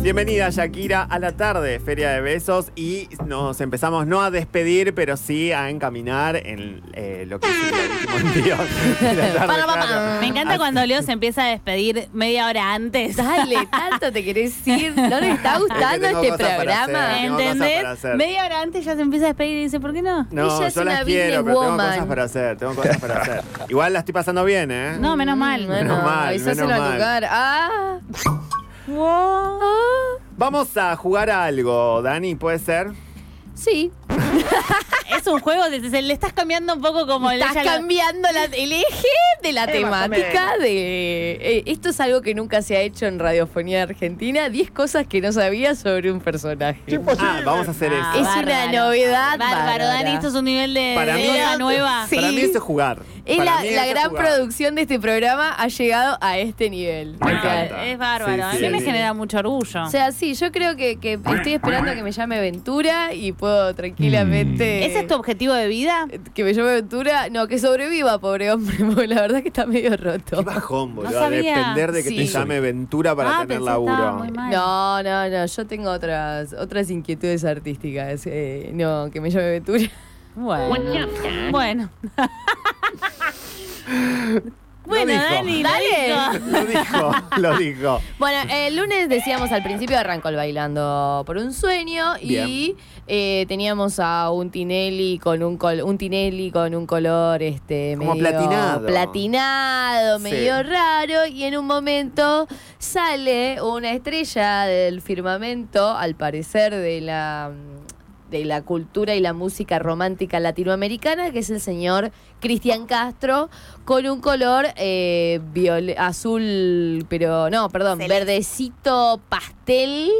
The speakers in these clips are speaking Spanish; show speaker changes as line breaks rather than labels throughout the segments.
Bienvenida Shakira a la tarde, Feria de Besos, y nos empezamos no a despedir, pero sí a encaminar en eh, lo que es el último día de la tarde,
Para, para,
claro.
Me
Así-
encanta cuando Leo se empieza a despedir media hora antes.
Dale, tanto te querés ir. No le está gustando
tengo
este
cosas para
programa.
hacer.
Eh,
tengo cosas
¿Entendés?
para hacer.
Media hora antes ya se empieza a despedir y dice, ¿por qué no?
No,
Ella es
yo las
una
quiero, pero tengo
businesswoman.
cosas para hacer, tengo cosas para hacer. Igual la estoy pasando bien, ¿eh?
No, menos mal.
Menos mal,
avisáselo
menos
al
mal.
lugar. Ah, ah,
Vamos a jugar a algo, Dani, ¿puede ser?
sí.
Es un juego, de- se- le estás cambiando un poco como el...
Estás
ella lo-
cambiando la- el eje de la
Eh, más o
temática de. eh, esto es algo que nunca se ha hecho en Radiofonía Argentina. 10 cosas que no sabía sobre un personaje.
Ah, vamos a hacer
Ah,
eso.
Es una novedad
Bárbaro,
bárbara.
Dani, esto es un nivel de,
Para
de
mí-
vida nueva.
Sí.
Para mí eso es jugar.
Es
Para
la,
mí
la
eso es
gran
jugar.
producción de este programa ha llegado a este nivel.
Me
Ah,
O sea,
encanta.
es bárbaro.
Sí,
a mí
sí,
me
sí.
genera mucho orgullo.
O sea, sí, yo creo que, que estoy esperando a que me llame Ventura y puedo tranquilamente.
Mm. ¿Ese es tu objetivo de vida?
Que me llame Ventura. No, que sobreviva, pobre hombre, porque la verdad que está medio roto.
Qué bajón, boludo.
No sabía.
Depender de que te
Sí.
llame Ventura para
Ah,
tener
pensé
laburo.
estaba muy mal.
No, no, no, yo tengo otras otras inquietudes artísticas. eh, no, que me llame Ventura.
Bueno. Bueno. bueno,
dijo.
Dani, lo
Dale.
dijo.
Lo dijo, lo dijo.
Bueno, el lunes decíamos al principio arrancó el bailando por un sueño y
Bien.
eh, teníamos a un Tinelli con un col- un Tinelli con un color este
Como
medio
platinado.
platinado,
Sí.
medio raro y en un momento sale una estrella del firmamento, al parecer de la de la cultura y la música romántica latinoamericana, que es el señor Cristian Castro, con un color eh, viol- azul, pero no, perdón, verdecito pastel.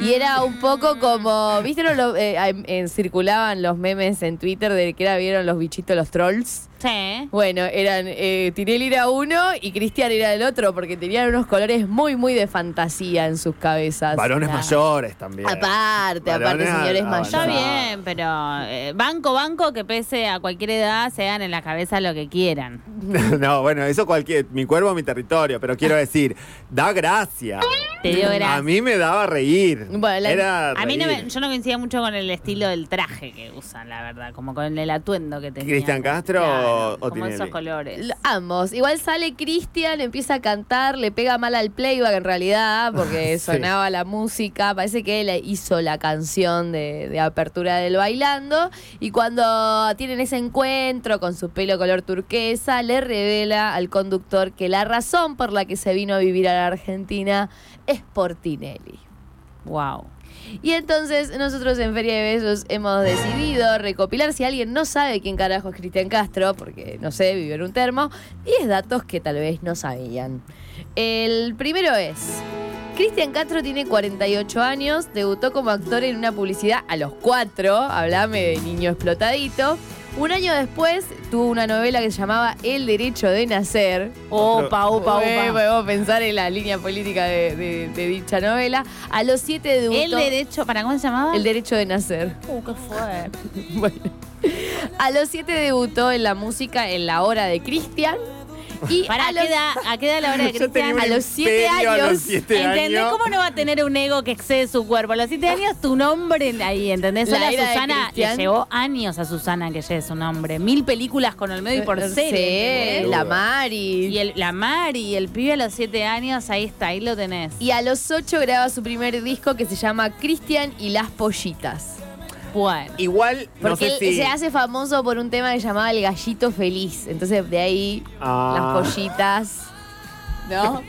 Y era un poco como, ¿viste? no lo- eh, en- en- circulaban los memes en Twitter de que era, vieron los bichitos, los trolls.
Sí.
Bueno, eran, eh, Tinelli era uno y Cristian era el otro, porque tenían unos colores muy, muy de fantasía en sus cabezas.
Varones
Nah.
mayores también.
Aparte, aparte,
Varones
señores
avanzados.
Está
No.
mayores.
bien, pero eh, banco, banco, que pese a cualquier edad, se hagan en la cabeza lo que quieran.
No, bueno, eso cualquier. Mi cuerpo, mi territorio. Pero
Ah.
quiero decir, da gracia.
Te dio gracia.
A mí me daba reír.
Bueno, la-
Era
A mí no me-
reír.
yo no coincidía mucho con el estilo del traje que usan, la verdad, como con el atuendo que tenía.
¿Cristian Castro
Claro,
o
Como
Tinelli?
esos colores.
Lo- Ambos. Igual sale Cristian, empieza a cantar, le pega mal al playback en realidad, porque
Sí.
sonaba la música. Parece que él hizo la canción de, de apertura del bailando. Y cuando tienen ese encuentro con su pelo color turquesa, le revela al conductor que la razón por la que se vino a vivir a la Argentina es por Tinelli.
Wow.
Y entonces nosotros en Feria de Besos hemos decidido recopilar, si alguien no sabe quién carajo es Cristian Castro, porque no sé, vivió en un termo, 10 datos que tal vez no sabían. El primero es, Cristian Castro tiene 48 años, debutó como actor en una publicidad a los 4, hablame de niño explotadito. Un año después tuvo una novela que se llamaba El Derecho de Nacer.
Opa, opa,
Eh,
opa.
podemos pensar en la línea política de, de- de dicha novela. A los 7 debutó...
El derecho, ¿para cómo se llamaba?
El derecho de nacer.
Uh, qué fuerte.
Bueno. A los siete debutó en la música en la hora de Cristian. Y
¿Para
a los,
qué edad, a qué edad la hora de
Yo tenía
Cristian?
un
a los siete
imperio A los
años,
siete
¿Entendés
años.
cómo no va a tener un ego que excede su cuerpo? A los siete años tu nombre ahí, ¿entendés?
La
Solo a
era de
Susana le
Cristian.
llevó años a Susana que lleve su nombre. Mil películas con Olmedo y por
Sí,
ser.
eh, la Mari.
Y el, la Mari, el pibe a los siete años, ahí está, ahí lo tenés.
Y a los ocho graba su primer disco que se llama Cristian y las pollitas.
Bueno.
Igual, no
Porque
sé
él
si.
se hace famoso por un tema que se llamaba El Gallito Feliz. Entonces de ahí
Ah.
las pollitas. ¿No?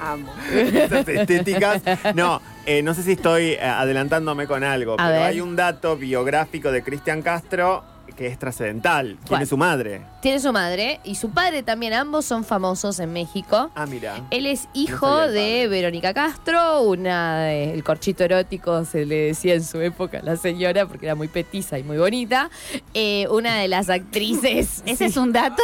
esas estéticas. No, eh, no sé si estoy eh, adelantándome con algo, pero
ver.
hay un dato biográfico de Cristian Castro que es trascendental.
¿Cuál?
Tiene su madre.
Tiene su madre y su padre también. Ambos son famosos en México.
Ah, mira.
Él es
No
hijo
sabía el
de
padre.
Verónica Castro, una de- el corchito erótico se le decía en su época a la señora porque era muy petiza y muy bonita, eh, una de las actrices.
Ese es un dato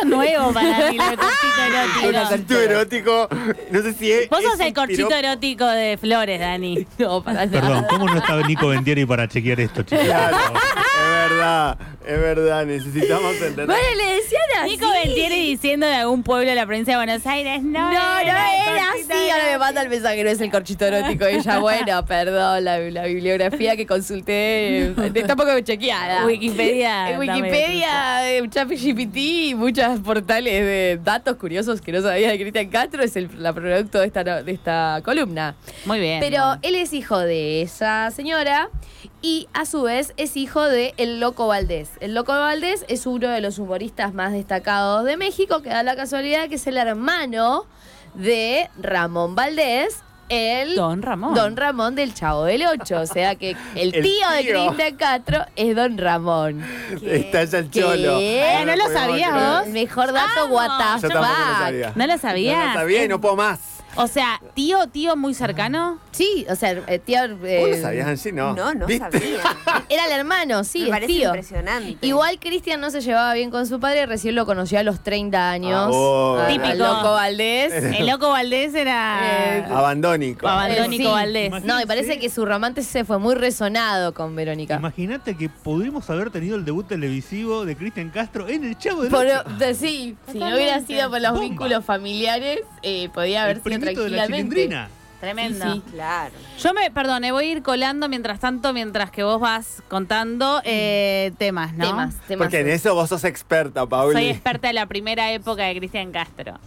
nuevo para mí, lo del corchito
Con
erótico.
acento erótico. No sé si es.
Vos sos
es
el
un
corchito
piropo.
erótico de Flores, Dani.
No, para nada.
Perdón, ¿cómo no está Nico Vendieri para chequear esto, chicos?
Claro, es verdad, es verdad, necesitamos entender.
Bueno, le decían así.
Nico Ventieri diciendo de algún pueblo de la provincia de Buenos Aires,
No,
no.
no era
cortito,
así. Ahora me
era
manda el mensaje, no es el corchito erótico. Ella, bueno, perdón, la, la bibliografía que consulté eh, está un poco chequeada.
Wikipedia.
En Wikipedia, eh, ChatGPT y muchos portales de datos curiosos que no sabía de Cristian Castro es el la producto de esta, no- de esta columna.
Muy bien.
Pero
bueno.
él es hijo de esa señora y a su vez es hijo de El Loco Valdés. El Loco Valdés es uno de los humoristas más destacados de México, que da la casualidad que es el hermano de Ramón Valdés, el
Don Ramón.
Don Ramón del Chavo del Ocho. O sea que el
El
tío de
tío.
Cristian Castro es Don Ramón.
Está ya el
¿Qué?
cholo.
Eh, no lo
podemos
sabías
creer.
vos.
El mejor dato,
Vamos.
what the
Yo tampoco lo
fuck.
sabía.
¿No lo sabías?
No lo sabía y no puedo más.
O sea, tío, tío muy cercano.
Sí, o sea, el tío.
¿Vos
eh,
lo sabías, Angie? No.
No, no
¿Viste?
sabía.
Era el hermano, sí,
Me
el
parece
tío.
impresionante.
Igual Cristian no se llevaba bien con su padre, recién lo conoció a los 30 años.
Ah, oh.
al-
Típico.
al loco Valdés.
Eh.
El loco Valdés era.
Abandónico.
Abandónico.
Eh,
Nico Valdés.
No, y
Imagínense.
parece que su romance se fue muy resonado con Verónica.
Imagínate que pudimos haber tenido el debut televisivo de Cristian Castro en el Chavo del
Por,
Ocho.
de- sí, si no hubiera
Totalmente.
sido por los
Bomba.
vínculos familiares, eh, podía
El
haber sido
primito de la
tranquilamente.
chilindrina.
Tremendo.
Sí, sí.
Claro.
Yo me, perdón, me voy a ir colando mientras tanto, mientras que vos vas contando eh, temas, ¿no?
Mm. Temas, temas.
Porque en eso vos sos experta, Pauli.
Soy experta de la primera época de Cristian Castro.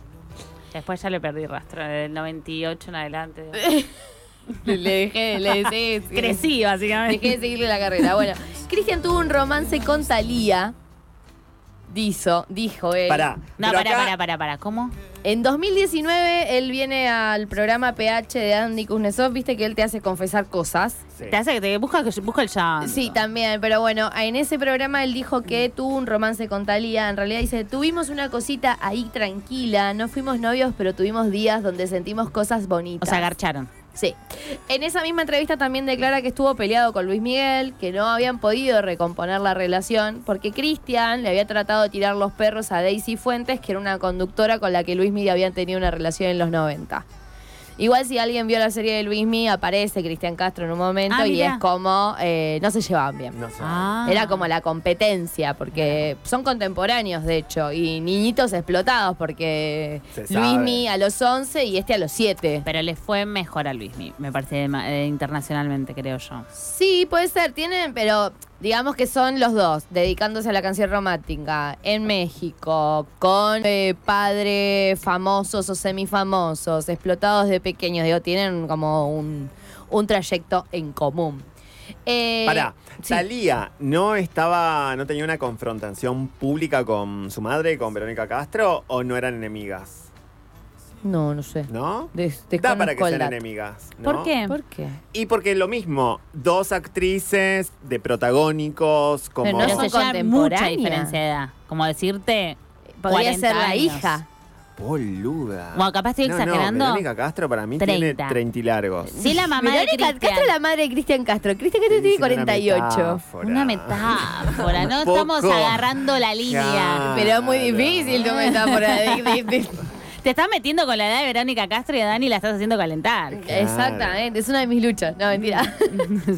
Después ya le perdí rastro, del 98 en adelante.
este Le dejé, le dejé.
Crecí,
Dejé
básicamente.
de seguirle la carrera. Bueno, Cristian tuvo un romance con Talía. Dijo, dijo él.
Pará.
No,
pero
pará,
acá-
pará, pará, pará. ¿Cómo?
En 2019 él viene al programa PH de Andy Kuznetsov, viste que él te hace confesar cosas.
Sí.
Te hace que te busca, busca el llanto.
Sí, también, pero bueno, en ese programa él dijo que tuvo un romance con Talía. En realidad dice, tuvimos una cosita ahí tranquila, no fuimos novios, pero tuvimos días donde sentimos cosas
O
bonitas.
sea, garcharon.
Sí. En esa misma entrevista también declara que estuvo peleado con Luis Miguel, que no habían podido recomponer la relación, porque Cristian le había tratado de tirar los perros a Daisy Fuentes, que era una conductora con la que Luis Miguel habían tenido una relación en los 90. Igual si alguien vio la serie de Luis Miguel, aparece Cristian Castro en un momento
Ah,
y
mirá.
es como, eh, no se llevaban bien.
No sé.
Ah.
Era como la competencia, porque son contemporáneos, de hecho, y niñitos explotados, porque
Se sabe.
Luismi a los 11 y este a los 7.
Pero le fue mejor a Luismi, me parece, de ma- eh, internacionalmente, creo yo.
Sí, puede ser, tienen, pero digamos que son los dos, dedicándose a la canción romántica en México, con eh, padres famosos o semifamosos, explotados de pequeños, digo, tienen como un, un trayecto en común. Eh,
Pará,
sí.
Talía no estaba, no tenía una confrontación pública con su madre, con Verónica Castro, o no eran enemigas,
No, no sé.
¿no?
Des-
Da para que
desconozco el
sean
dato.
enemigas. ¿no?
¿Por qué?
¿Por qué?
Y porque lo mismo, dos actrices de protagónicos como
No
Pero
son
se lleva mucha
contemporáneas.
diferencia de edad. Como decirte.
Podría
40
ser la
años.
hija.
boluda.
Bueno, capaz estoy
No, no,
exagerando.
Verónica Castro para mí tiene
30.
30 y largos.
Sí, la mamá de
Verónica
Cristian.
Castro es la madre de Cristian Castro. Cristian Castro tiene
Dicen
48.
Una metáfora, no
Un poco.
estamos agarrando la línea.
Claro.
Pero es muy difícil tu metáfora. de- de- de-
Te estás metiendo con la edad de Verónica Castro y a Dani la estás haciendo calentar.
Claro.
Exactamente, es una de mis luchas. No, mentira.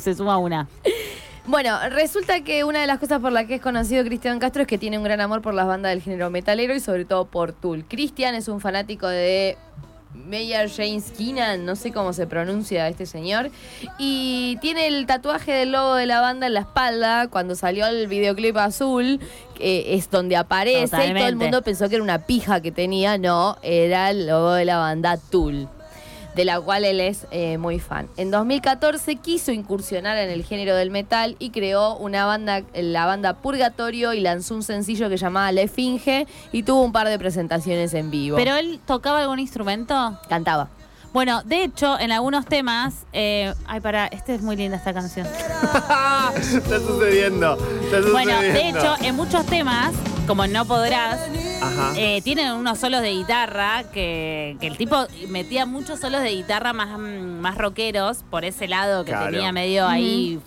Se suma una.
Bueno, resulta que una de las cosas por la que es conocido Cristian Castro es que tiene un gran amor por las bandas del género metalero y sobre todo por Tool. Cristian es un fanático de Mayer James Keenan, no sé cómo se pronuncia este señor, y tiene el tatuaje del logo de la banda en la espalda cuando salió el videoclip azul, que es donde aparece y todo el
Totalmente.
mundo pensó que era una pija que tenía, no, era el logo de la banda Tool de la cual él es eh, muy fan. En 2014 quiso incursionar en el género del metal y creó una banda, la banda Purgatorio, y lanzó un sencillo que llamaba La Esfinge y tuvo un par de presentaciones en vivo.
¿Pero él tocaba algún instrumento?
cantaba.
Bueno, de hecho, en algunos temas. eh, ay, para, esta es muy linda esta canción.
está sucediendo. Está sucediendo.
Bueno, de hecho, en muchos temas, como No Podrás,
Ajá.
eh, tienen unos solos de guitarra que, que el tipo metía muchos solos de guitarra más, mm, más rockeros por ese lado que
Claro.
tenía medio ahí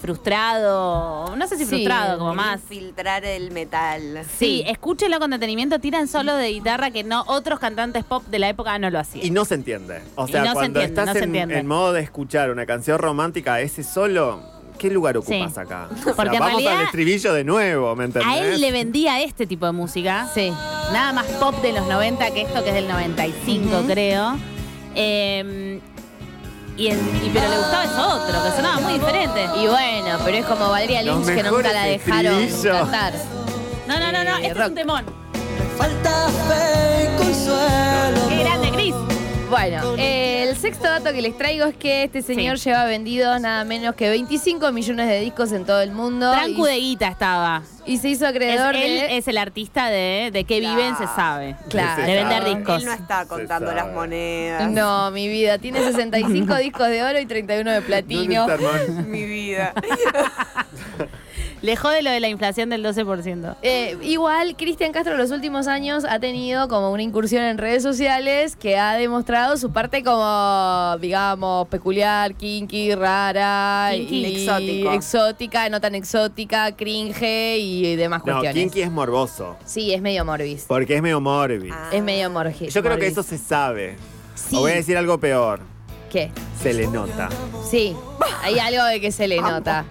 frustrado. No sé si
Sí.
frustrado, como
Más
más.
filtrar el metal.
Sí, escúchenlo con detenimiento, tiran solos de guitarra que no otros cantantes pop de la época no lo
Y
hacían.
no se entiende. O sea,
Y no se
cuando
entiende,
estás
no se
en,
entiende.
en modo de escuchar una canción romántica, ese solo ¿qué lugar ocupas
Sí.
acá?
Porque en
vamos
realidad-
al estribillo de nuevo, ¿me entendés?
A él le vendía este tipo de música.
Sí.
Nada más pop de los 90 que esto que es del 95, creo. Eh, y, en- y- pero le gustaba eso otro, que sonaba muy diferente.
Y bueno, pero es como Valeria Lynch
Los
que nunca
mejores
la dejaron
estribillos.
cantar.
No, no, no, no,
Eh,
este es
rock.
un temón.
Falta fe y consuelo.
Qué grande, Cris.
Bueno, eh, el sexto dato que les traigo es que este señor
Sí.
lleva vendidos nada menos que 25 millones de discos en todo el mundo.
Trancu de guita estaba.
y, y se hizo
Es,
acreedor
él
de.
es el artista de, de que
Claro.
viven, se sabe.
Claro.
De vender
sabe.
discos.
Él no está contando
Se
las
sabe.
monedas.
No, mi vida. Tiene 65 discos de oro y 31 de platino.
¿Dónde está, hermano?
Mi vida.
Le jode lo de la inflación del 12%.
Eh, igual, Cristian Castro en los últimos años ha tenido como una incursión en redes sociales que ha demostrado su parte como, digamos, peculiar, kinky, rara,
Kinky.
y-
Exótico.
exótica, no tan exótica, cringe y demás
No,
cuestiones.
Kinky es morboso.
Sí, es medio morbis.
Porque es medio morbid.
Ah.
Es medio morbis.
Yo creo que
morbis.
eso se sabe.
Sí.
O voy a decir algo peor.
¿Qué?
Se le nota.
Sí, hay algo de que se le nota.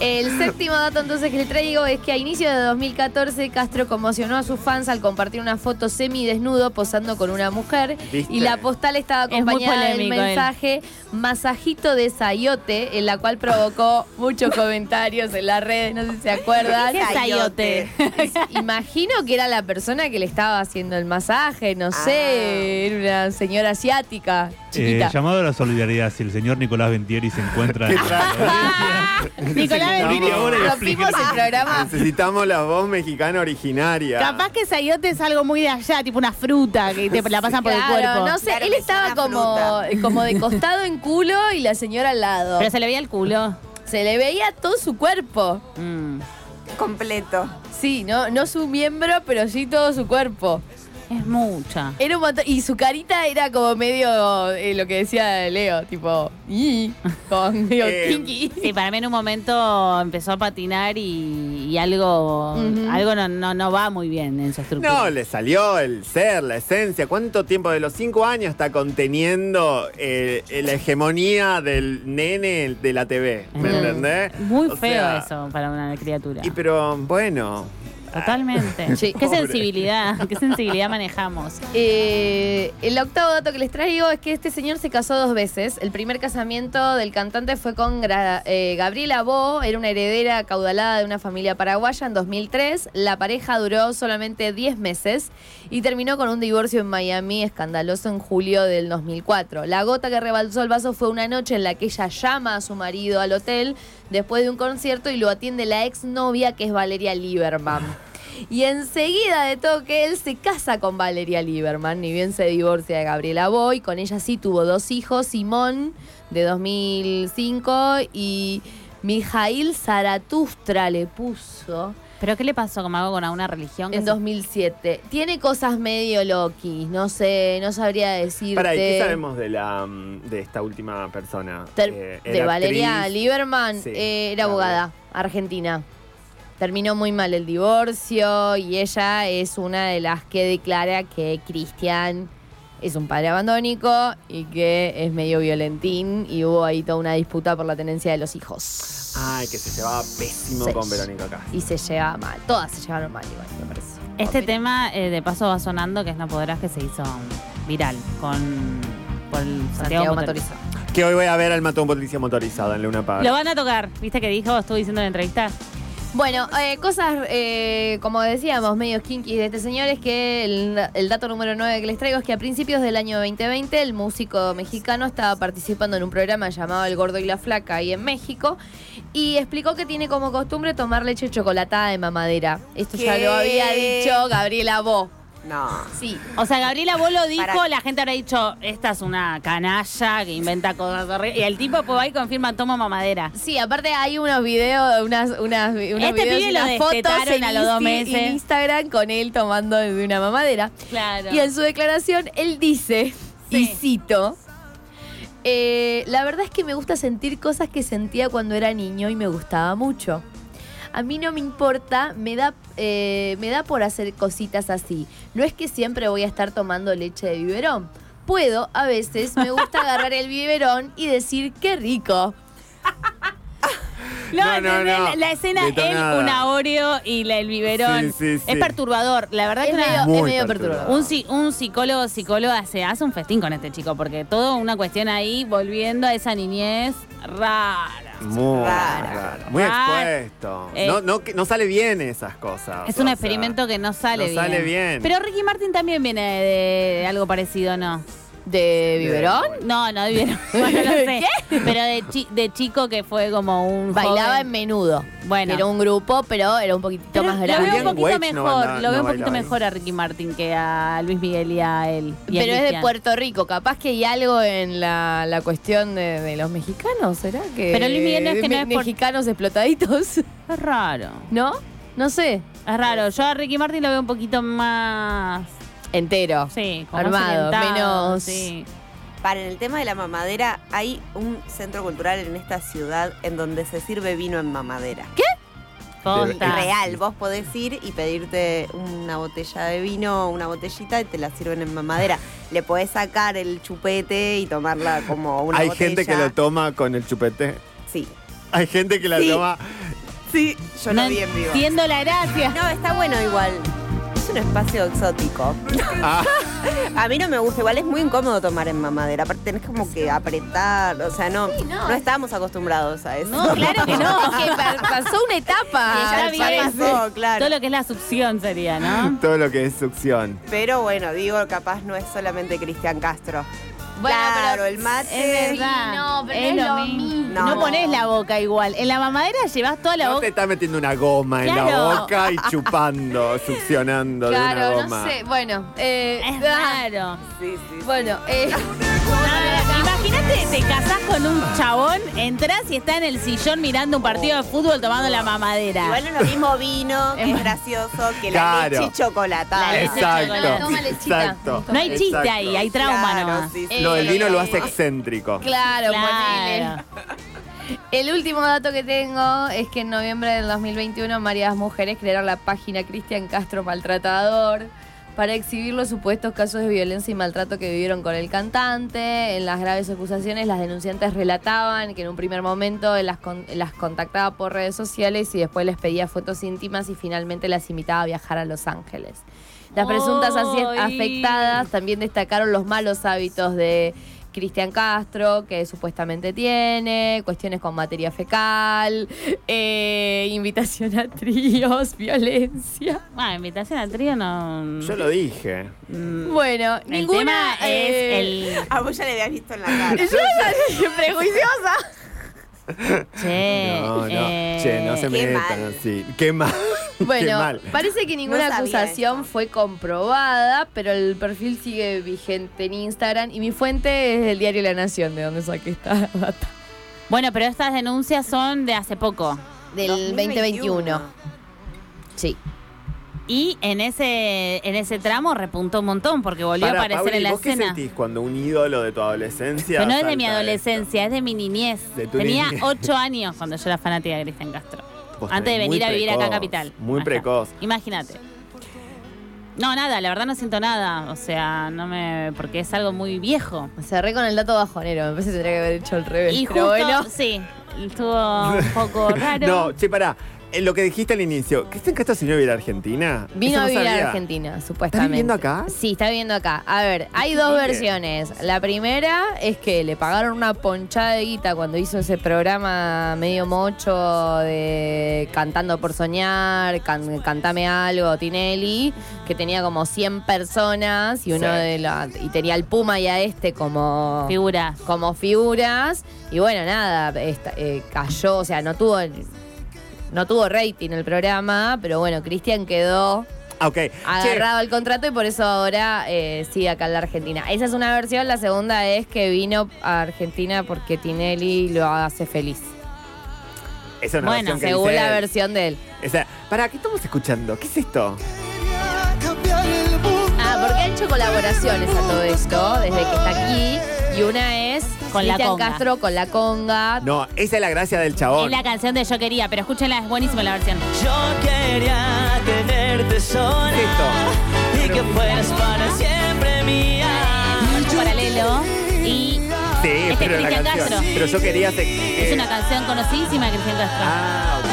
El séptimo dato entonces que le traigo es que a inicio de 2014 Castro conmocionó a sus fans al compartir una foto semidesnudo posando con una mujer
¿Viste?
y la postal estaba
Es muy
acompañada del
polémico eh. él.
mensaje masajito de sayote en la cual provocó muchos comentarios en las redes, no sé si se acuerdan.
¿Qué es
Sayote.
Sayote?
Imagino que era la persona que le estaba haciendo el masaje, no sé, era una señora asiática, chiquita.
Eh, llamado a la solidaridad, si el señor Nicolás Ventieri se encuentra en
Nicolás Bendini.
Vamos.
ahora
Rompimos el programa.
Necesitamos la voz mexicana originaria.
Capaz que sayote es algo muy de allá, tipo una fruta que te la pasan Ah, por el
Claro,
cuerpo.
No sé,
Claro
él
que
estaba
es una
como,
fruta.
como de costado en culo y la señora al lado.
Pero se le veía el culo.
Se le veía todo su cuerpo.
Mm.
Completo.
Sí, no, no su miembro, pero sí todo su cuerpo.
Es mucha.
Era un montón- Y su carita era como medio eh, lo que decía Leo, tipo, "Y", con medio
Eh,
kinky.
Sí, para mí en un momento empezó a patinar y, y algo,
Ujú.
algo no, no, no va muy bien en su estructura.
No, le salió el ser, la esencia. ¿Cuánto tiempo de los cinco años está conteniendo eh, eh, la hegemonía del nene de la TV? ¿Me
Mm.
entendés?
Muy
O
feo
sea,
eso para una criatura.
Y pero bueno,
Totalmente.
Sí.
qué
Pobre.
sensibilidad, qué sensibilidad manejamos.
Eh, el octavo dato que les traigo es que este señor se casó dos veces. El primer casamiento del cantante fue con Gra- eh, Gabriela Bo, era una heredera acaudalada de una familia paraguaya en 2003. La pareja duró solamente 10 meses y terminó con un divorcio en Miami escandaloso en julio del 2004. La gota que rebalsó el vaso fue una noche en la que ella llama a su marido al hotel después de un concierto y lo atiende la exnovia que es Valeria Lieberman. Y enseguida de toque, él se casa con Valeria Lieberman, ni bien se divorcia de Gabriela Boy. Con ella sí tuvo dos hijos, Simón, de 2005, y Mijail Zaratustra le puso
¿Pero qué le pasó como algo con alguna religión? que
en
se-
2007. Tiene cosas medio loquis, no sé, no sabría decirte.
para ¿qué sabemos de la mm, de esta última persona?
Ter-
Eh,
de
era
Valeria
actriz.
Lieberman,
Sí,
eh, era
claro.
abogada argentina. Terminó muy mal el divorcio y ella es una de las que declara que Cristian es un padre abandónico y que es medio violentín y hubo ahí toda una disputa por la tenencia de los hijos.
Ay, que se llevaba pésimo
Sí.
con Verónica Castro.
Y se llevaba mal, todas se llevaron mal igual, me parece.
Este
Opino.
tema eh, de paso va sonando que es No Podrás que se hizo um, viral con por el Santiago,
Santiago
Motor.
Motorizado.
Que hoy voy a ver al matón policía motorizado en Luna Park.
Lo van a tocar, viste que dijo, estuvo diciendo en la entrevista.
Bueno, eh, cosas, eh, como decíamos, medios kinky de este señor es que el, el dato número 9 que les traigo es que a principios del año 2020 el músico mexicano estaba participando en un programa llamado El Gordo y la Flaca ahí en México y explicó que tiene como costumbre tomar leche chocolatada de mamadera. Esto ya
¿Qué?
lo había dicho Gabriela Bo.
No.
Sí.
O sea, Gabriela vos lo dijo,
Pará.
la gente habrá dicho, esta es una canalla que inventa cosas horribles. Y el tipo pues va y confirma, toma mamadera.
Sí, aparte hay unos videos, unas, unas, unos
Este
videos y
pibe lo
unas fotos
destetaron
en,
a los dos
Insti-
meses.
en Instagram con él tomando de una mamadera.
Claro.
Y en su declaración él dice, y
Sí.
cito, "Eh, la verdad es que me gusta sentir cosas que sentía cuando era niño y me gustaba mucho. A mí no me importa, me da, eh, me da por hacer cositas así. No es que siempre voy a estar tomando leche de biberón. Puedo, a veces, me gusta agarrar el biberón y decir, qué rico.
No,
No, no, no.
no, La, la escena
Detonada.
en una Oreo y la- el biberón.
Sí, sí, sí.
Es perturbador. La verdad
Es
que una-
medio,
Muy
es medio
perturbador.
perturbador.
un, psi- un psicólogo psicóloga se hace un festín con este chico porque todo una cuestión ahí volviendo a esa niñez rara.
Muy,
Rara.
rara, muy
Rara.
expuesto.
Eh.
No, no, que- no sale bien esas cosas.
Es
o
un
sea,
experimento que no sale
no
bien.
sale bien.
Pero Ricky Martin también viene de, de algo parecido, ¿no?
¿De biberón?
No, no, de biberón. Bueno, no sé. Pero de, chi- de chico que fue como un.
Bailaba en
joven.
menudo.
Bueno.
Era un grupo, pero era un poquitito
Pero
más
Lo veo
grande.
un
Julián
poquito
Weitz no
mejor,
anda-
lo veo
no
un poquito
bailaba ahí.
mejor a Ricky Martin que a Luis Miguel y a él. y
Pero
a
es de
Cristian.
Puerto Rico, capaz que hay algo en la, la cuestión de, de los mexicanos, ¿será que?
Pero Luis Miguel no es que no
me-
es por-
mexicanos explotaditos,
Es raro.
¿no? No sé.
Es raro. Yo a Ricky Martin lo veo un poquito más.
Entero.
Sí, como
Armado,
occidentado,
menos-
sí.
Para el tema de la mamadera, hay un centro cultural en esta ciudad en donde se sirve vino en mamadera. ¿Qué?
Posta.
Real, vos podés ir y pedirte una botella de vino, una botellita y te la sirven en mamadera. Le podés sacar el chupete y tomarla como una
Hay
botella.
gente que lo toma con el chupete.
Sí.
Hay gente que la
Sí.
toma.
Sí, yo
No
lo vi en vivo.
entiendo la gracia.
No, está bueno igual. Es un espacio exótico.
Ah.
A mí no me gusta, igual es muy incómodo tomar en mamadera. Aparte tenés como que apretar, o sea, no,
no.
no. estábamos acostumbrados a eso.
No, claro que no.
Es que pa- pasó una etapa.
Está
ya
bien.
pasó, claro.
Todo lo que es la succión sería, ¿no?
Todo lo que es succión.
Pero bueno, digo, capaz no es solamente Cristian Castro.
Bueno,
claro,
pero
el mate.
Es verdad.
no, pero no es lo mismo.
No.
No.
pones la boca igual. En la mamadera llevas toda la
No te
boca.
está metiendo una goma en
Claro.
la boca y chupando, succionando de una
Claro,
goma.
no sé. Bueno, eh,
Es
ah,
raro.
Sí, sí, sí.
bueno, eh,
Nada, Imagínate, te casás con un chabón, entras y está en el sillón mirando un partido de fútbol tomando la mamadera.
Igual no es lo mismo vino, que es gracioso, que la
Claro.
leche chocolatada.
La leche
Exacto.
Toma lechita.
Exacto.
No hay chiste
exacto.
ahí, hay eh, trauma
Claro,
nomás.
sí, sí.
No, el vino lo
Eh,
hace excéntrico.
claro, ponele.
Claro.
El último dato que tengo es que en noviembre del 2021 varias mujeres crearon la página Cristian Castro Maltratador para exhibir los supuestos casos de violencia y maltrato que vivieron con el cantante. En las graves acusaciones las denunciantes relataban que en un primer momento él las, con- las contactaba por redes sociales y después les pedía fotos íntimas y finalmente las invitaba a viajar a Los Ángeles. Las presuntas asi-
Ay.
afectadas también destacaron los malos hábitos de Cristian Castro, que supuestamente tiene, cuestiones con materia fecal, eh, invitación a tríos, violencia.
Bueno, Ah, invitación al trío no.
Yo lo dije.
Mm.
Bueno,
el
ninguna
tema
eh,
es el.
A vos ya le habías visto en la cara.
Yo ya dije prejuiciosa.
Che.
No, no.
eh,
che, no se
qué
metan
mal.
así. Qué mal. qué
Bueno,
mal.
parece que ninguna
No sabía
acusación fue comprobada, pero el perfil sigue vigente en Instagram y mi fuente es el diario La Nación, de donde saqué esta data.
Bueno, pero estas denuncias son de hace poco.
Del 2021. Sí.
Y en ese, en ese tramo repuntó un montón porque volvió
Pará,
a aparecer
Pauli,
en la
¿vos qué
escena.
sentís cuando un ídolo de tu adolescencia?
Pero no es de
salta
mi
esto?
adolescencia, es de mi niñez.
De tu
Tenía
niñez.
ocho años cuando yo era fanática de Cristian Castro.
Posta,
Antes de
muy
venir a vivir acá a
precoz,
Capital.
Muy
Ajá.
precoz.
Imagínate. No, nada, la verdad no siento nada. O sea, no me. porque es algo muy viejo.
Cerré con el dato bajonero, me parece que tendría que haber hecho el revés.
Y
pero
justo,
bueno,
sí, estuvo un poco raro.
No, che, pará. Eh, Lo que dijiste al inicio, ¿Cristian Castro se vino a vivir a Argentina?
vino
Eso
a
no
vivir
sabía.
a Argentina, supuestamente.
viviendo acá?
Sí, está viviendo acá. A ver, hay dos versiones. La primera es que le pagaron una ponchada de guita cuando hizo ese programa medio mocho de Cantando por Soñar, Can- Cantame Algo, Tinelli, que tenía como 100 personas y uno
Sí.
de la, y tenía al Puma y a este como...
Figura.
como figuras y bueno nada esta- eh, cayó o sea no tuvo no tuvo rating el programa pero bueno Cristian quedó
Ah, ok. Che,
agarrado al contrato y por eso ahora eh, sigue acá en la Argentina esa es una versión la segunda es que vino a Argentina porque Tinelli lo hace feliz
esa es una
Bueno,
versión que
según
dice
la
él.
versión de él
O sea, pará, ¿qué estamos escuchando? ¿Qué es esto?
Cambiar el mundo.
ah porque ha hecho colaboraciones a todo esto desde que está aquí y una es
Con la
Cristian
conga.
Castro con la conga
No, esa es la gracia del chabón.
Es la canción de Yo Quería, pero escúchenla, es buenísima la versión.
Yo quería tenerte sola
Esto.
y que fueras para siempre mía.
Marco Paralelo. Y
Sí, pero
Este es
la
Cristian
canción.
Castro.
Pero yo quería... hacer-
Es una canción conocidísima de Cristian Castro.
Ah, ok.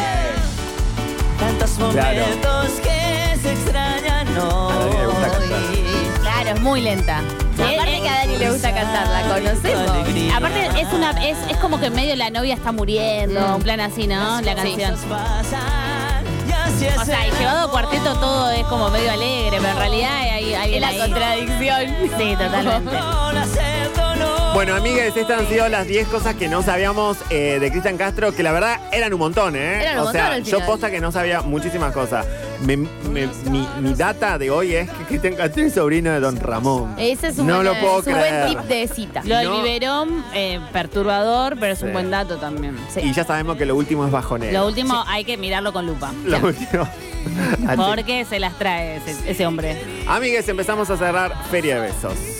Tantos
Claro.
momentos que se extrañan
A Dani le gusta
hoy.
Claro, es muy lenta. Eh,
Aparte
eh,
que a Dani le gusta cantarla, conocemos.
Alegría.
Aparte es una es, es como que medio la novia está muriendo,
Mm.
un plan así, ¿no? La canción.
Cosas pasan, y así es
O sea, y
el
llevado
amor.
cuarteto todo es como medio alegre, pero en realidad hay, hay
Es la
ahí.
contradicción.
Sí, totalmente.
No la acepto, no.
Bueno, amigas, estas han sido las 10 cosas que no sabíamos eh, de Cristian Castro, que la verdad eran un montón, ¿eh?
Eran un
o sea,
montón al
yo
final.
posta que no sabía muchísimas cosas. Me- me- mi, mi data de hoy es que Cristian Castro es sobrino de Don Ramón.
Ese es un,
No
buen,
lo puedo
es un buen
creer.
tip de cita.
Lo del
No.
biberón, eh, perturbador, pero es
Sí.
un buen dato también.
Y ya sabemos que lo último es bajonero.
Lo último hay que mirarlo con lupa.
Lo último.
Porque se las trae ese, ese hombre.
Amigues, empezamos a cerrar Feria de Besos.